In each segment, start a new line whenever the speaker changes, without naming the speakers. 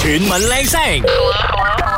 全民靚聲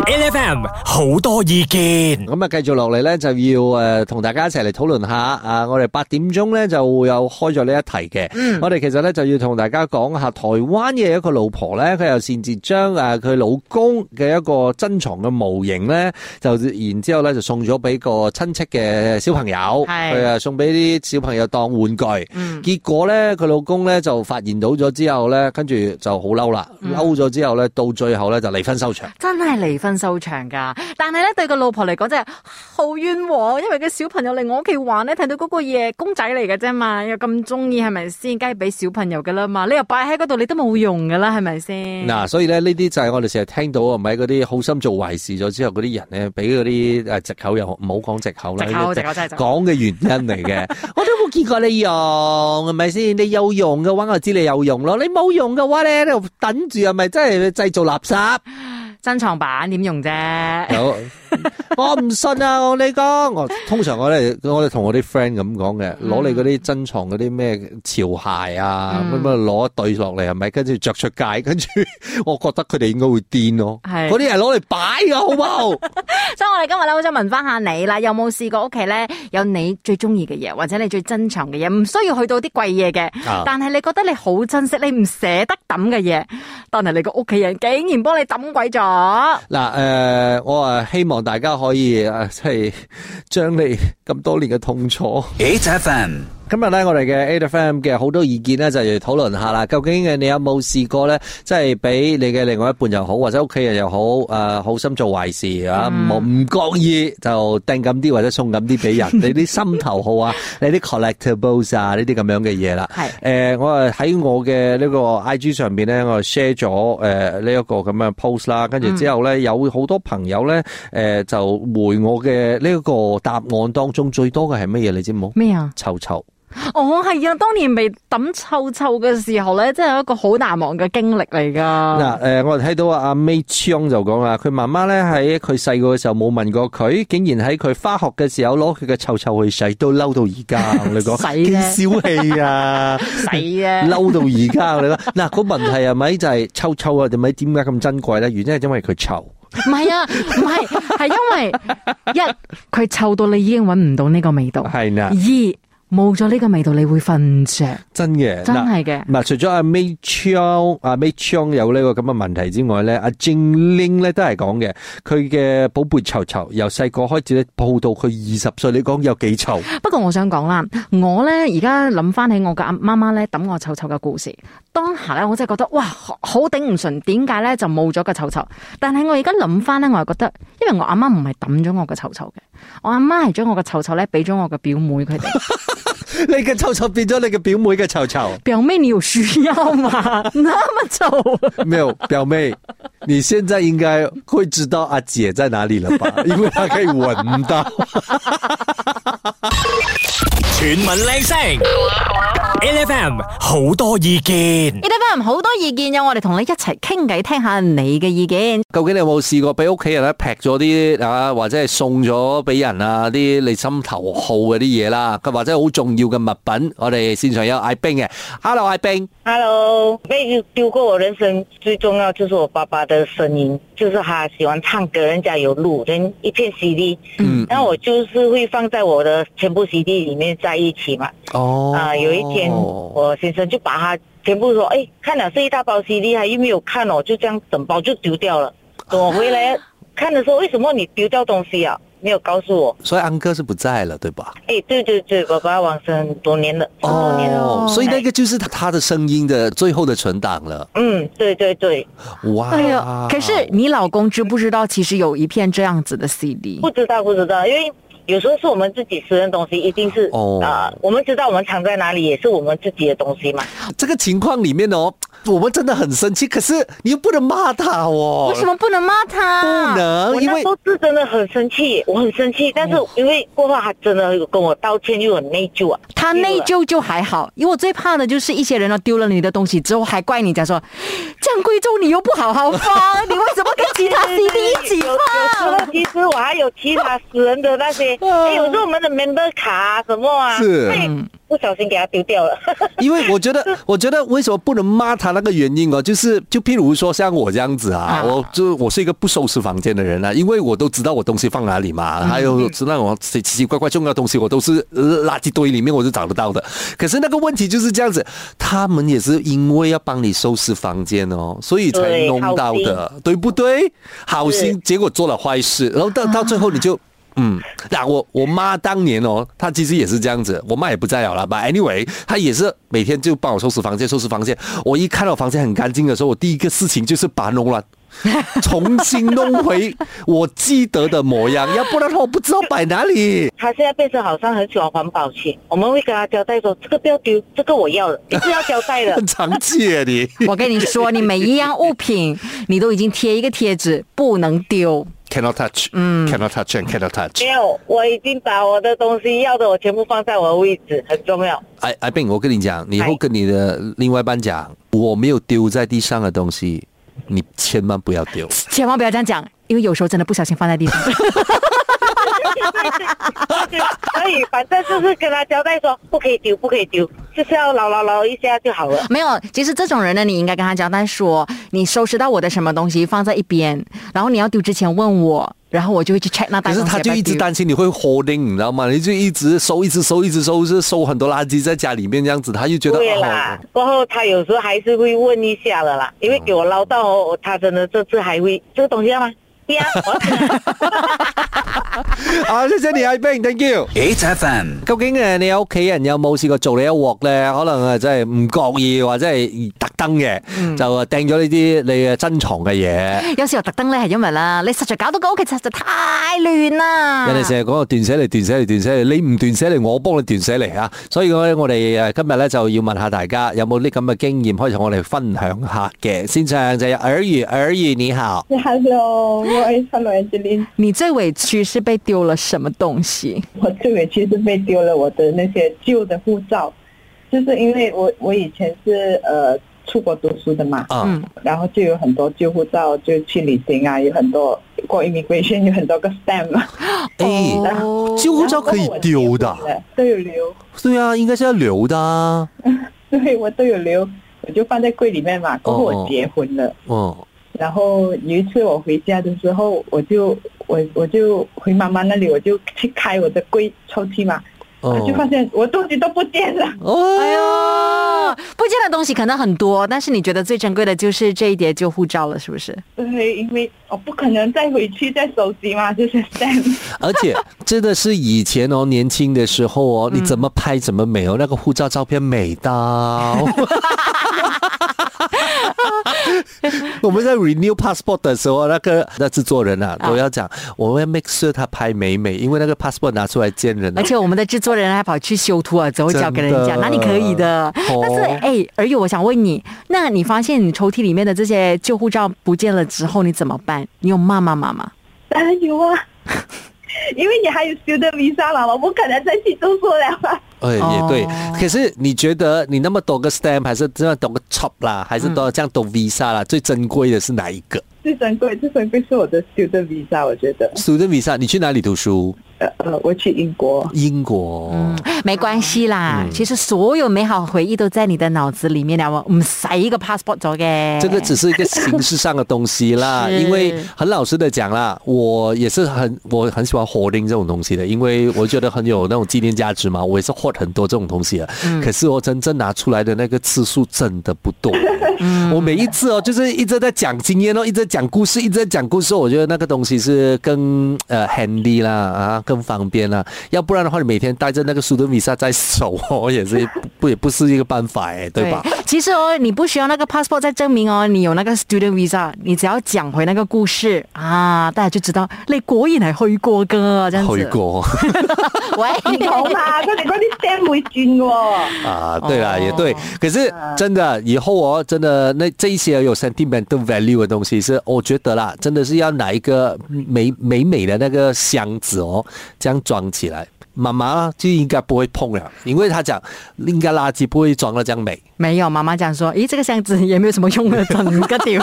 ，L F M 好多意見。
咁啊，繼續落嚟咧，就要誒同大家一齊嚟討論下啊！我哋八點鐘咧就會有開咗呢一題嘅。我哋其實咧就要同大家講下台灣嘅一個老婆咧，佢又擅自將誒佢老公嘅一個珍藏嘅模型咧，就然之後咧就送咗俾個親戚嘅小朋友，
係
佢啊送俾啲小朋友當玩具。
嗯，
結果咧，佢老公咧就發現到咗之後咧，跟住就好嬲啦，嬲咗之後咧，到最後咧就離婚收場。
真係離婚收場㗎。但係咧對個老婆嚟講真係好冤枉，因為個小朋友嚟我屋企玩咧，睇到嗰個嘢公仔嚟嘅啫嘛，又咁中意係咪先？梗係俾小朋友㗎啦嘛，你又擺喺嗰度你都冇用㗎啦，係咪先？
嗱、所以咧呢啲就係我哋成日聽到啊，咪嗰啲好心做壞事咗之後嗰啲人咧，俾嗰啲啊誒藉口又好唔好講藉口啦，
嗯藉口
呢啲
藉口真係藉口
講嘅原因嚟嘅。 我都冇見過你用，係咪先？你有用嘅話，我知你有用咯；你冇用嘅話咧，你喺度等住係咪真係製造垃圾？
珍藏版點用啫？
有，我唔信啊！我同你講，我通常我哋我哋同我啲 friend 咁講嘅，
嗯
攞你嗰啲珍藏嗰啲咩潮鞋啊，咁
嗯
啊攞一對落嚟係咪？跟住着出街，跟住 我覺得佢哋應該會癲咯。
係
嗰啲係攞嚟擺㗎，好 冇？
所以我哋今日咧好想問翻下你啦，有冇試過屋企咧有你最中意嘅嘢，或者你最珍藏嘅嘢，唔需要去到啲貴嘢嘅，
啊
但係你覺得你好珍惜，你唔捨得抌嘅嘢，但係你個屋企人竟然幫你抌鬼咗，
嗱，誒、我啊希望大家可以誒，即係將你咁多年嘅痛楚。
H F M
今日咧，我哋嘅 A F M 嘅好多意見咧，就嚟討論下啦。究竟呃誒，你有冇試過咧，即係俾你嘅另外一半又好，或者屋企人又好，誒、好心做壞事啊，唔唔覺意就掟咁啲或者送咁啲俾人，你啲心頭好啊，你啲 collectibles 啊，呢啲咁樣嘅嘢啦。
係
誒、我啊喺我嘅呢個 I G 上邊咧，我就 share 咗誒呢一個咁嘅 post 啦，跟住之後咧，有好多朋友咧，誒、就回我嘅呢一個答案當中最多嘅係乜嘢？你知冇？
咩啊？
臭臭。
哦，係啊，當年被抌臭臭嘅時候咧，真係一個好難忘嘅經歷嚟噶。
嗱，誒，我哋睇到啊阿 May Cheong 就講啦，佢媽媽咧喺佢細個嘅時候冇問過佢，竟然喺佢翻學嘅時候攞佢嘅臭臭去洗，都嬲到而 家。我哋講
洗
幾
咧
小氣啊！
洗啊！
嬲到而家，你講嗱個問題係咪就係臭臭啊？定咪點解咁珍貴咧？原因係因為佢臭。
唔係啊，唔係，係因為一佢臭到你已經揾唔到呢個味道，
係啦
二冇咗呢個味道你會瞓唔着，
真嘅，
真
嗱
係嘅。
嗱，除咗阿 May Cheong 阿 May Cheong 有呢個咁嘅問題之外咧，阿 Jing Ling 咧都係講嘅，佢嘅寶貝臭臭由細個開始咧抱到佢二十歲，你講有幾臭？
不過我想講啦，我咧而家諗翻起我嘅阿媽媽咧抌我臭臭嘅故事，當下咧我真係覺得哇好好頂唔順，點解咧就冇咗個臭臭？但係我而家諗翻咧，我係覺得，因為我阿媽唔係抌咗我嘅臭臭嘅，我阿媽係將我嘅臭臭咧俾咗我嘅表妹佢哋。，
你嘅臭臭變咗你嘅表妹嘅臭臭
表妹你有需要嘛？ 那麼臭。
沒有表妹，你現在應該會知道阿姐在哪裡 了吧？因為她可以聞到。
全民靚聲，L F M 好多意見。
e d f m 好多意見，有我哋同你一齊傾偈，聽下你嘅意見。
究竟你有冇試過俾屋企人咧劈咗啲啊，或者係送咗俾人啊啲你心頭好嗰啲嘢啦，或者好重要嘅物品？我哋線上有艾冰嘅，Hello 艾冰，
Hello，被丢过我人生最重要就是我爸爸的声音，就是他喜欢唱歌，人家有录，人一片 CD，
啊
嗯
那我就是会放在我的全部 CD 里面在一起嘛。
哦
啊、有一天我先生就把它全部说，哎，看了是一大包 CD，还又没有看哦，就这样整包就丢掉了。等我回来看的时候，为什么你丢掉东西啊？没有告诉我。
所以安哥是不在了，對吧？
哎，对对对，爸爸往生很多年了，很多年了。
哦
所以那個就是他的聲音的最後的存檔了，
嗯，对对对，
哇！
哎
啊
呦，可是你老公知不知道，其實有一片這樣子的 CD？
不知道不知道，因为有时候是我们自己私人东西，一定是啊、
哦
我们知道我们藏在哪里，也是我们自己的东西嘛。
这个情况里面哦，我们真的很生气，可是你又不能骂他哦。
为什么不能骂他？
不能？
我
呃因
那
为哦
时候是真的很生气，我很生气，但是因为过后他真的有跟我道歉，又很内疚啊。
他内疚就还好，因为我最怕的就是一些人呢丢了你的东西之后还怪你，讲说这样贵重你又不好好放，你为什么跟其他 CD 一起
有有时
放？
候其实我 还有其他私人的那些，哎，有时候我们的 member 卡啊什么啊，
呃是
嗯
哎，不小心给他丢掉了。
因为我觉得，我觉得为什么不能骂他那个原因哦，就是就譬如说像我这样子啊，
啊
我就我是一个不收拾房间的人啊，因为我都知道我东西放哪里
嗯
嘛，还有知道我奇奇怪怪重要的东西，我都是呃垃圾堆里面我是找得到的。可是那个问题就是这样子，他们也是因为要帮你收拾房间哦，所以才
对
弄到的，呃对不对？啊好心
是
结果做了坏事，然后到到最后你就。嗯，那我我妈当年哦，她其实也是这样子，我妈也不在了啦。But anyway，她也是每天就帮我收拾房间，收拾房间。我一看到房间很干净的时候，我第一个事情就是把它弄乱，重新弄回我记得的模样，要不然我不知道摆哪里。
他现在变成好像很喜欢环保去，我们会跟他交代说这个不要丢，这个我要了，你是要交代的
很。长气啊你。
我跟你说，你每一样物品，你都已经贴一个贴纸，不能丢。
Cannot touch，嗯，cannot touch and cannot
没
touch。
有，我已经把我的东西要的我全部放在我的位置，很重 要。
哎哎，病，我跟你讲，你以后
哎
跟你的另外一半讲，我没有丢在地上的东西，你千万不要 丢。
千万不要这样讲，因为有时候真的不小心放在地上。
所以反正就是跟他交代说不可以丢，不可以丢，就是要牢牢牢一下就好了。
没有，其实这种人呢，你应该跟他交代说，你收拾到我的什么东西放在一边，然后你要丢之前问我，然后我就会去 check 那
可
袋
是
东西
他
要不
就
要
一直
丢
担心你会 hoarding，你知道吗？你就一直收，一直收，一直收，就是收很多垃圾在家里面这样子，他就觉得
对
哦
啦，，过后他有时候还是会问一下的啦，因为给我唠叨哦，他真的这次还会这个东西要吗？不要，我要吃了
好，啊谢谢你阿 Ben thank you。
8FM,
究竟誒你屋企人有冇試過做你一鑊咧？可能啊真係唔覺意或者係特登嘅，
嗯
就啊掟咗呢啲你嘅珍藏嘅嘢。
有時候特登咧係因為啦，你實在搞到個屋企實在太亂啦。
人哋成日講話斷捨離、斷捨離、斷捨離，你唔斷捨離，我幫你斷捨離嚇。所以咧，我哋誒呃今日咧就要問下大家有冇啲咁嘅經驗，可以同我哋分享下嘅。先上就有耳語，耳語你好。
Hello，我是 h e l l Angeline。
你最委屈是被丢了什么东西？
我最委屈是被丢了我的那些旧的护照，就是因为我我以前是呃出国读书的嘛，
啊，
嗯
然后就有很多旧护照，就去旅行啊，有很多过 immigration 有很多个 stamp，
哎，
哦
旧护照可以丢的啊，
对都有留，
对啊，应该是要留的啊。
对我都有留，我就放在柜里面嘛。过后
哦
我结婚了。
哦，
然后有一次我回家的时候，我就我我就回妈妈那里，我就去开我的柜抽屉嘛，
哦
啊我就发现我东西都不见了。
哎呀，
哦，不见的东西可能很多，但是你觉得最珍贵的就是这一叠旧护照了，是不是？
对，因为我不可能再回去再收集嘛，就是 stamp。
而且真的是以前哦，年轻的时候哦，你怎么拍怎么美哦，那个护照照片美到。我们在 renew passport 的时候，那个那制作人啊，
啊
都要讲，我们要 make sure 他拍美美，因为那个 passport 拿出来见人、啊
而。且我们的制作人还跑去修图啊，走交给人
真
家，
的
哪里可以的？
哦
但是哎，而且我想问你，那你发现你抽屉里面的这些旧护照不见了之后，你怎么办？你有骂妈妈吗？
当然有 啊，因为你还有 student visa 嘛，我不可能再去读书了嘛。
哎，也
哦
对。可是你觉得你那么多个 stamp，还是这样多个 chop 啦，还是多这样多 visa 啦，最珍贵的是哪一个
最珍贵，最珍贵是我的 student visa，我觉得。
？Student visa，你去哪里读书？
呃呃，我去英国。
英国。
嗯没关系啦，
嗯
其实所有美好回忆都在你的脑子里面了。我们塞一个 passport 走嘅，
这个只是一个形式上的东西啦，
是
因为很老实的讲啦，我也是很我很喜欢 hoarding 这种东西的，因为我觉得很有那种纪念价值嘛。我也是 hoard 很多这种东西的，
嗯
可是我真正拿出来的那个次数真的不多。
嗯
我每一次哦，就是一直在讲经验哦，一直在讲故事，一直在讲故事。我觉得那个东西是更呃 handy 啦啊，更方便啦。要不然的话，你每天带着那个 student visa 在手哦，也是不也不是一个办法哎，对吧？？
其实哦，你不需要那个 passport 再证明哦，你有那个 student visa，你只要讲回那个故事啊，大家就知道你果然系去过噶，这样子。
回，国。
喂，
唔同 嘛，佢哋嗰啲 stamp 會轉喎。
啊，对啦，
哦
也对。可是真的，以后哦，真的那这一些有 sentimental value 的东西是，我觉得啦，真的是要拿一个美美美的那个箱子哦，这样装起来。妈妈就应该不会碰了，因为她讲应该垃圾不会装的这样美。
没有，妈妈讲说，咦，这个箱子也没有什么用啊，整个丢。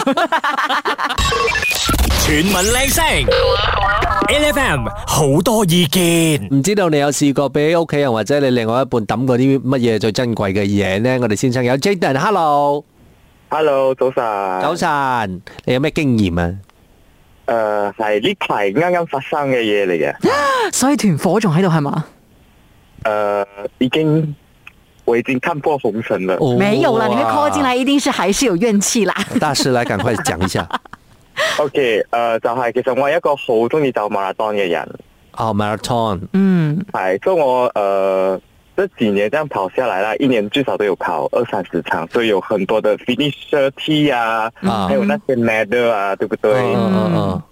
chuyển mình lên sóng, L F M 好多意見。
唔知道你有試過俾屋企人或者你另外一半抌過啲乜嘢最珍貴嘅嘢呢？我哋先生有 Jaden，hello，
Hello，早晨。
早晨，你有咩經驗啊？
诶，系呃呢排啱啱發生嘅嘢嚟嘅。
所以團火仲喺度係嘛？
诶、呃已經我已經看破紅塵
哦
了。
沒有啦，你會
哇
call 進來一定是還是有怨氣啦。
大師來，趕快講一下。
OK，诶、就係其實我係一個好中意走馬拉松嘅人，
哦，marathon，
嗯，
係，所以我诶、呃這幾年這樣跑下來啦，一年最少都有跑二三十場，所以有很多的 finisher T 啊，
啊
還有那些 medal 啊，對不對、
嗯嗯嗯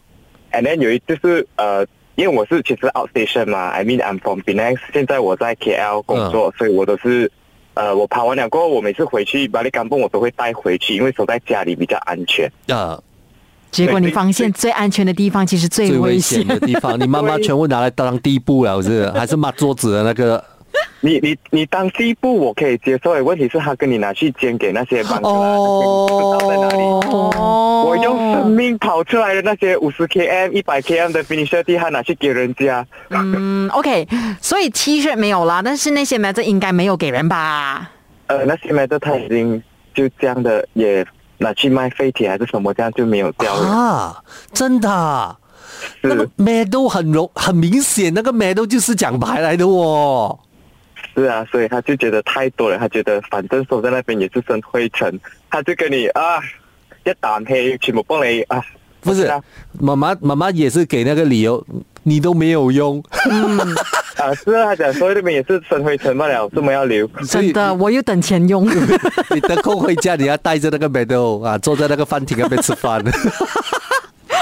And then 有一就是呃，因为我是其实 outstation 嘛，I mean I'm from Penang，现在我在 KL 工作，所以我都是呃，我跑完了过后，我每次回去巴黎港蹦我都会带回去，因为守在家里比较安全。
嗯，啊，
結果你發現最安全的地方其實最
最
危
危
險
險。的地 方，你媽媽全部拿來當地步了，是不是？還是抹桌子的那個？
你你你当西部我可以接受，问题是他跟你拿去捐给那些帮
哦
在哪里？
哦
我用生命跑出来的那些五十 km、一百 km 的 finisher 地，他拿去给人家。
嗯，OK，所以 T 恤没有啦，但是那些 m 这应该没有给人吧？
呃，那些 medal 他已经就这样的也拿去卖废铁还是什么，这样就没有 掉了。
啊，真的啊、那
是
个 medal 很容很明显，那个 medal 就是奖牌来的哦。
是啊，所以他就觉得太多了，他觉得反正守在那边也是生灰尘，他就跟你啊一啖气全部帮你啊，
不是
啊，
妈妈妈妈也是给那个理由，你都没有用，
啊是啊，他讲所以那边也是生灰尘罢了，这么要留。
所
真
以
的，我又等 钱用。
你你得空回家你要带着那个 medal 啊，坐在那个饭厅那边吃饭。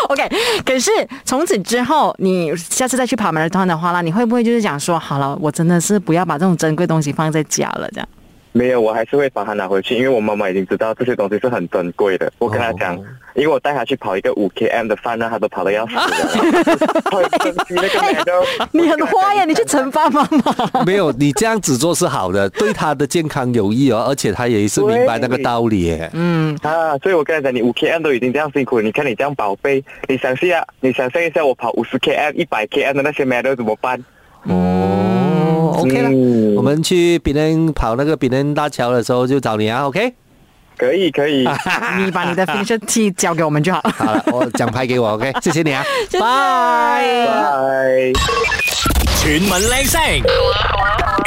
OK，可是从此之后，你下次再去跑马拉松的话啦，你会不会就是讲说，好了，我真的是不要把这种珍贵东西放在家了， 这样？
没有，我还是会把它拿回去，因为我妈妈已经知道这些东西是很珍贵的。我跟她讲
哦
因为我带她去跑一个五 km 的饭呢，她都跑得要 死了，她很珍惜那个 medal
你很花哎呀，你去惩罚妈妈。
没有，你这样子做是好的，对他的健康有益哦，而且他也是明白那个道理耶。
啊，所以我跟他讲，你五 km 都已经这样辛苦了，你看你这样宝贝，你想象一下，你想象一下我跑五十 km、一百 km 的那些 medal 怎么办？
哦，OK 啦，
嗯
我们去比邻跑那个比邻大桥的时候就找你啊，OK？
可以可以，
你把你的 finisher T 交给我们就好。
好了，我奖牌给我，OK？谢谢你啊，
拜。
拜。
全民靚聲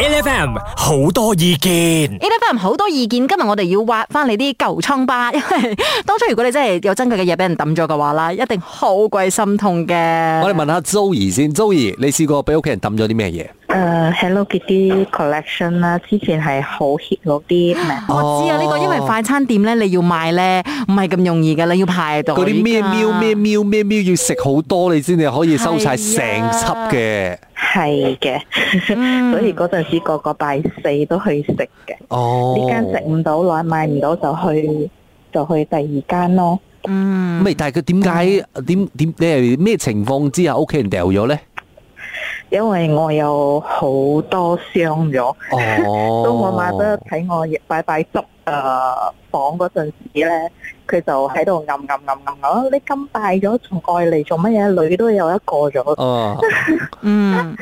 ，L F M 好多意見。
A F M 好多意見，今日我哋要挖翻你啲舊瘡疤，因 為當初如果你真係有珍貴嘅嘢俾人抌咗嘅話啦，一定好鬼心痛嘅。
我哋問下 Zoe 先，Zoe 你試過俾屋企人抌咗啲咩嘢？
誒呃 Hello Kitty collection 啦，之前係好 hit 嗰 啲名
我知啊，呢、
哦
個因為快餐店咧，你要賣咧唔係咁容易嘅，你要排隊㗎。
嗰啲咩喵咩喵咩喵要食好多，你先至可以收晒成
係啊
輯嘅。
係嘅，
嗯
所以嗰陣時個個拜四都去食嘅。
哦，
呢間食唔到耐，買唔到就去就去第二間咯。
嗯，
咪但係佢點解點點你係咩情況之下屋企人掉咗咧？
因為我有好多傷咗，
哦，
當我買俾佢睇我擺擺執誒呃房嗰陣時咧，佢就喺度暗暗暗暗啊！你咁大咗仲愛嚟做乜嘢？女都有一個咗，
哦，
嗯，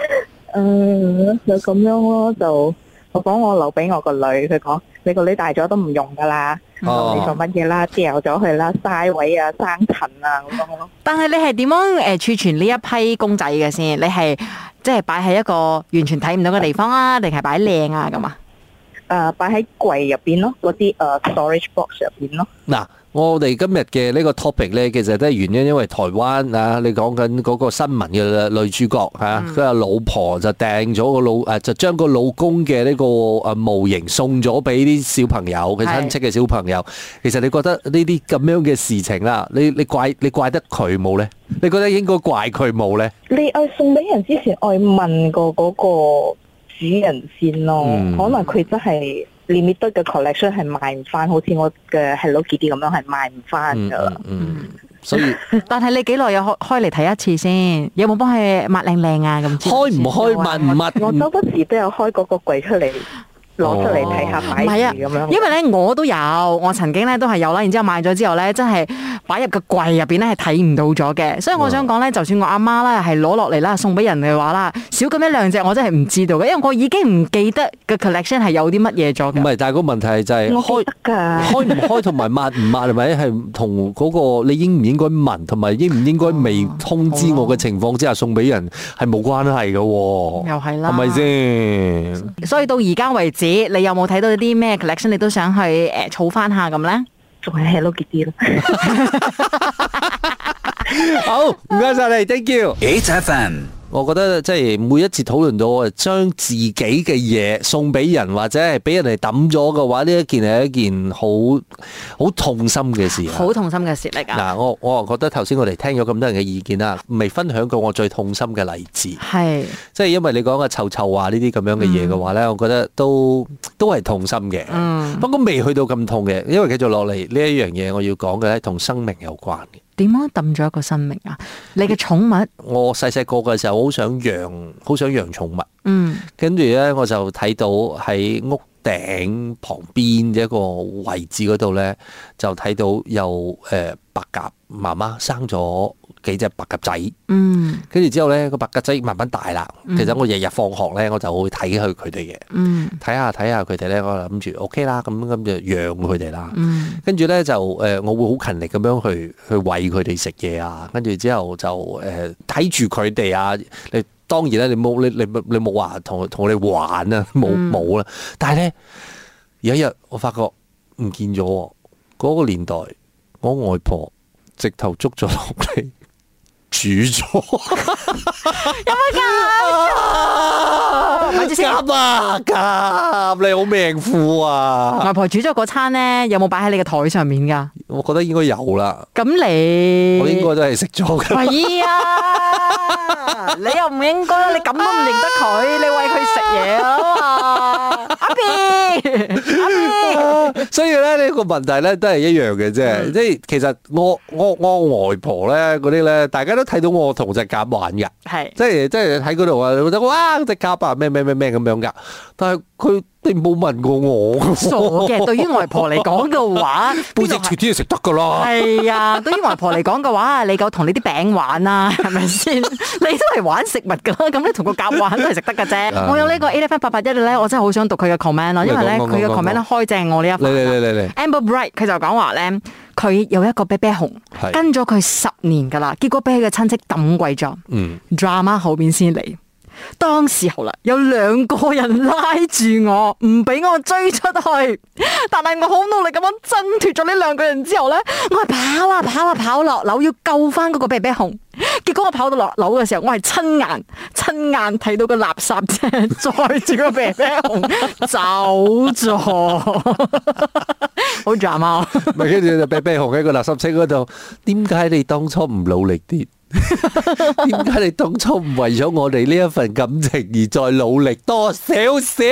嗯，就咁樣咯。就我講我留俾我個女，佢講你個女大咗都唔用噶啦，你做
哦，
乜嘢啦？掉咗佢啦，嘥位啊，生塵啊咁樣咯。
但係你係點樣诶呃储存呢一批公仔嘅先？你係即係擺喺一個完全睇唔到嘅地方啊，定係擺靚啊 咁啊？
誒呃擺喺櫃入邊咯，嗰啲誒 storage box 入邊咯。
嗱。我哋今日嘅呢個 topic 咧，其實都係原因，因為台灣啊，你講緊嗰個新聞嘅女主角嚇，
嗯
佢、話老婆就掟咗個老誒、就將個老公嘅呢個誒模型送咗俾啲小朋友，佢
係
親戚嘅小朋友。其實你覺得呢啲咁樣嘅事情啦，你你怪你怪得佢冇咧？你覺得應該怪佢冇咧？
你愛送俾人之前，愛問過嗰個主人先咯。
嗯
可能佢真係 limited 嘅 collection 係賣唔翻，好似我嘅 Hello Kitty 咁樣係賣唔翻
嗯
噶啦。
嗯嗯，所以。
但係你幾耐又開開嚟睇一次先？有冇幫佢抹靚靚啊？咁
开唔开，密唔密？
嗯我周不時都有開嗰個櫃出嚟攞出嚟睇下
哦
擺
唔係啊
住咁樣。
因為咧我都有，我曾經咧都係有啦，然之後買咗之後咧，真係擺入個櫃入邊咧係睇唔到咗嘅，所以我想講咧，就算我阿媽咧係攞落嚟啦，送俾人嘅話啦，少咁一兩隻我真係唔知道嘅，因為我已經唔記得個 collection 係有啲乜嘢咗
唔
嘅。
係，但係個問題就係
我
開
記得㗎。
開唔開同埋抹唔抹係咪？係同嗰個你應唔應該問，同埋應唔應該未通知我嘅情況之下送俾人係冇關係嘅喎。
又係啦，
係咪？先？
所以到而家為止，你有冇睇到啲咩 collection 你都想去誒儲翻下咁咧？
仲係 Hello Kitty 咯。
好，唔該 晒你，thank you。
8FM,
我覺得即係每一次討論到我將自己嘅嘢送俾人，或者係俾人哋抌咗嘅話，呢一件係一件好好痛心嘅事啊。
好痛心嘅事嚟㗎。
嗱，我我又覺得頭先我哋聽咗咁多人嘅意見啦，未分享過我最痛心嘅例子，
係
即係因為你講嘅臭臭啊呢啲咁樣嘅嘢嘅話咧，我覺得都都係痛心嘅。
嗯，
不過未去到咁痛嘅，因為繼續落嚟呢一樣嘢，我要講嘅咧同生命有關嘅。
點樣抌咗一個生命啊？你嘅寵物，
我細細個嘅時候，好想養，好想養寵物。
嗯
跟住咧，我就睇到喺屋頂旁邊嘅一個位置嗰度咧，就睇到有誒、呃白鴿媽媽生咗幾隻白鴿仔，
嗯
跟住之後咧個白鴿仔慢慢大啦。
嗯
其實我日日放學咧，我就會睇佢佢哋嘅，
嗯
睇下睇下佢哋咧，我就諗住 OK 啦，咁咁就養佢哋啦。
嗯
跟住咧就誒、呃我會好勤力咁樣去去餵佢哋食嘢啊，跟住之後就誒睇住佢哋啊，你當然啦，你冇你你你冇話同同佢哋玩啊，冇
嗯
冇啦，但係咧有一日我發覺唔見咗喎，嗰、個年代我外婆直頭捉咗落嚟。煮咗，有冇
咪住先
夾啊夾！你好命苦啊！
外婆煮咗嗰餐咧，有冇擺喺你嘅台上面噶？
我覺得應該有啦。
咁你
我應該都係食咗嘅。
喂啊！你又唔應該，你咁都唔認得佢，你喂佢食嘢啊嘛！阿 B，
所以咧呢個問題咧都係一樣嘅
嗯
啫，即係其實我我我外婆咧嗰啲咧，大家都睇到我同只鴿玩嘅，
係
即係即係喺嗰度啊，你覺得哇只鴿啊咩咩咩咩咁樣噶，但係佢哋冇問過我㗎喎，
傻嘅。對於外婆嚟講嘅話，
背
邊
脊
度係
條條食得噶啦，
係啊，對於外婆嚟講嘅話，你夠同你啲餅玩啦，係 咪先？你都係玩食物噶啦，咁你同個鴿玩都係食得嘅
啊
啫。我有呢個 A F 八八一咧，我真係好想讀佢嘅 comment 啊咯，因為咧
喂講講
佢嘅
講講
comment 咧開正我呢一
嚟
份
嚟
啊。
嚟嚟嚟，
Amber Bright 佢就講話咧，佢有一個啤啤熊
係，
跟咗佢十年噶啦，結果俾佢嘅親戚抌貴咗
嗯，
，drama 後邊先嚟。當時候啦，有兩個人拉住我，唔俾我追出去。但係我好努力咁樣掙脱咗呢兩個人之後咧，我係跑啊跑啊跑落樓，要救翻嗰個啤啤熊。結果我跑到落樓嘅時候，我係親眼親眼睇到個垃圾車載住個啤啤熊走咗，好 drama 啊。
咪跟住就啤啤熊喺個垃圾車嗰度，點解你當初唔努力啲？點解你當初唔為咗我哋呢一份感情而再努力多少少，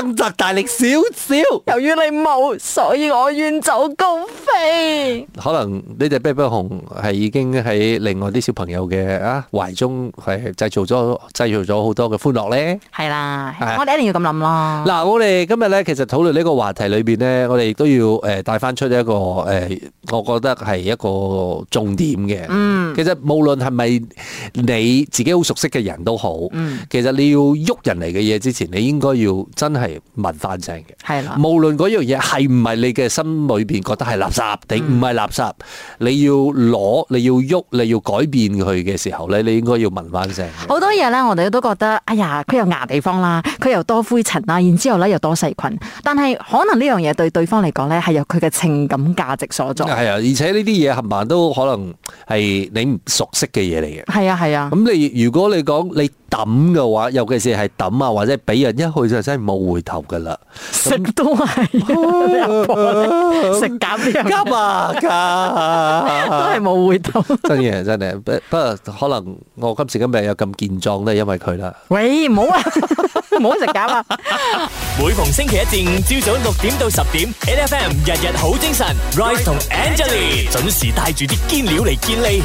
掙扎大力少少？
由於你冇，所以我遠走高飛。
可能呢只啤啤熊係已經喺另外啲小朋友嘅啊懷中係製造咗製造咗好多嘅歡樂咧。
係啦
係啊，
我哋一定要咁諗咯。
嗱，我哋今日咧，其實討論呢個話題裏邊咧，我哋亦都要誒帶翻出一個誒，我覺得係一個重點嘅。
嗯
其實無論係咪你自己好熟悉嘅人都好，
嗯，
其實你要喐人嚟嘅嘢之前，你應該要真係問翻聲嘅。
係啦，
無論嗰樣嘢係唔係你嘅心裏邊覺得係垃圾定
嗯
唔係垃圾，你要攞，你要喐，你要改變佢嘅時候咧，你應該要問翻聲嘅。
好多嘢咧，我哋都覺得，哎呀，佢又牙地方啦，佢又多灰塵啦，然之後咧又多細菌，但係可能呢樣嘢對對方嚟講咧係有佢嘅情感價值所在。
係啊，而且呢啲嘢冚唪唥都可能係你唔熟悉嘅嘢嚟嘅。
係啊係啊，
咁你如果你講你抌嘅話，尤其是係抌啊，或者俾人一去就真係冇回頭噶啦。
食都係你阿婆咧食減啲人
夾啊夾，
都係冇回頭。
真嘅真嘅。不不過可能我今時今日有咁健壯都係因為佢啦。
喂，唔好啊，唔好食減啊！
每逢星期一至五朝早六點到十點，8FM, ngày ngày tốt tinh thần. Rise và Angelie, 準時帶住啲堅料嚟健力。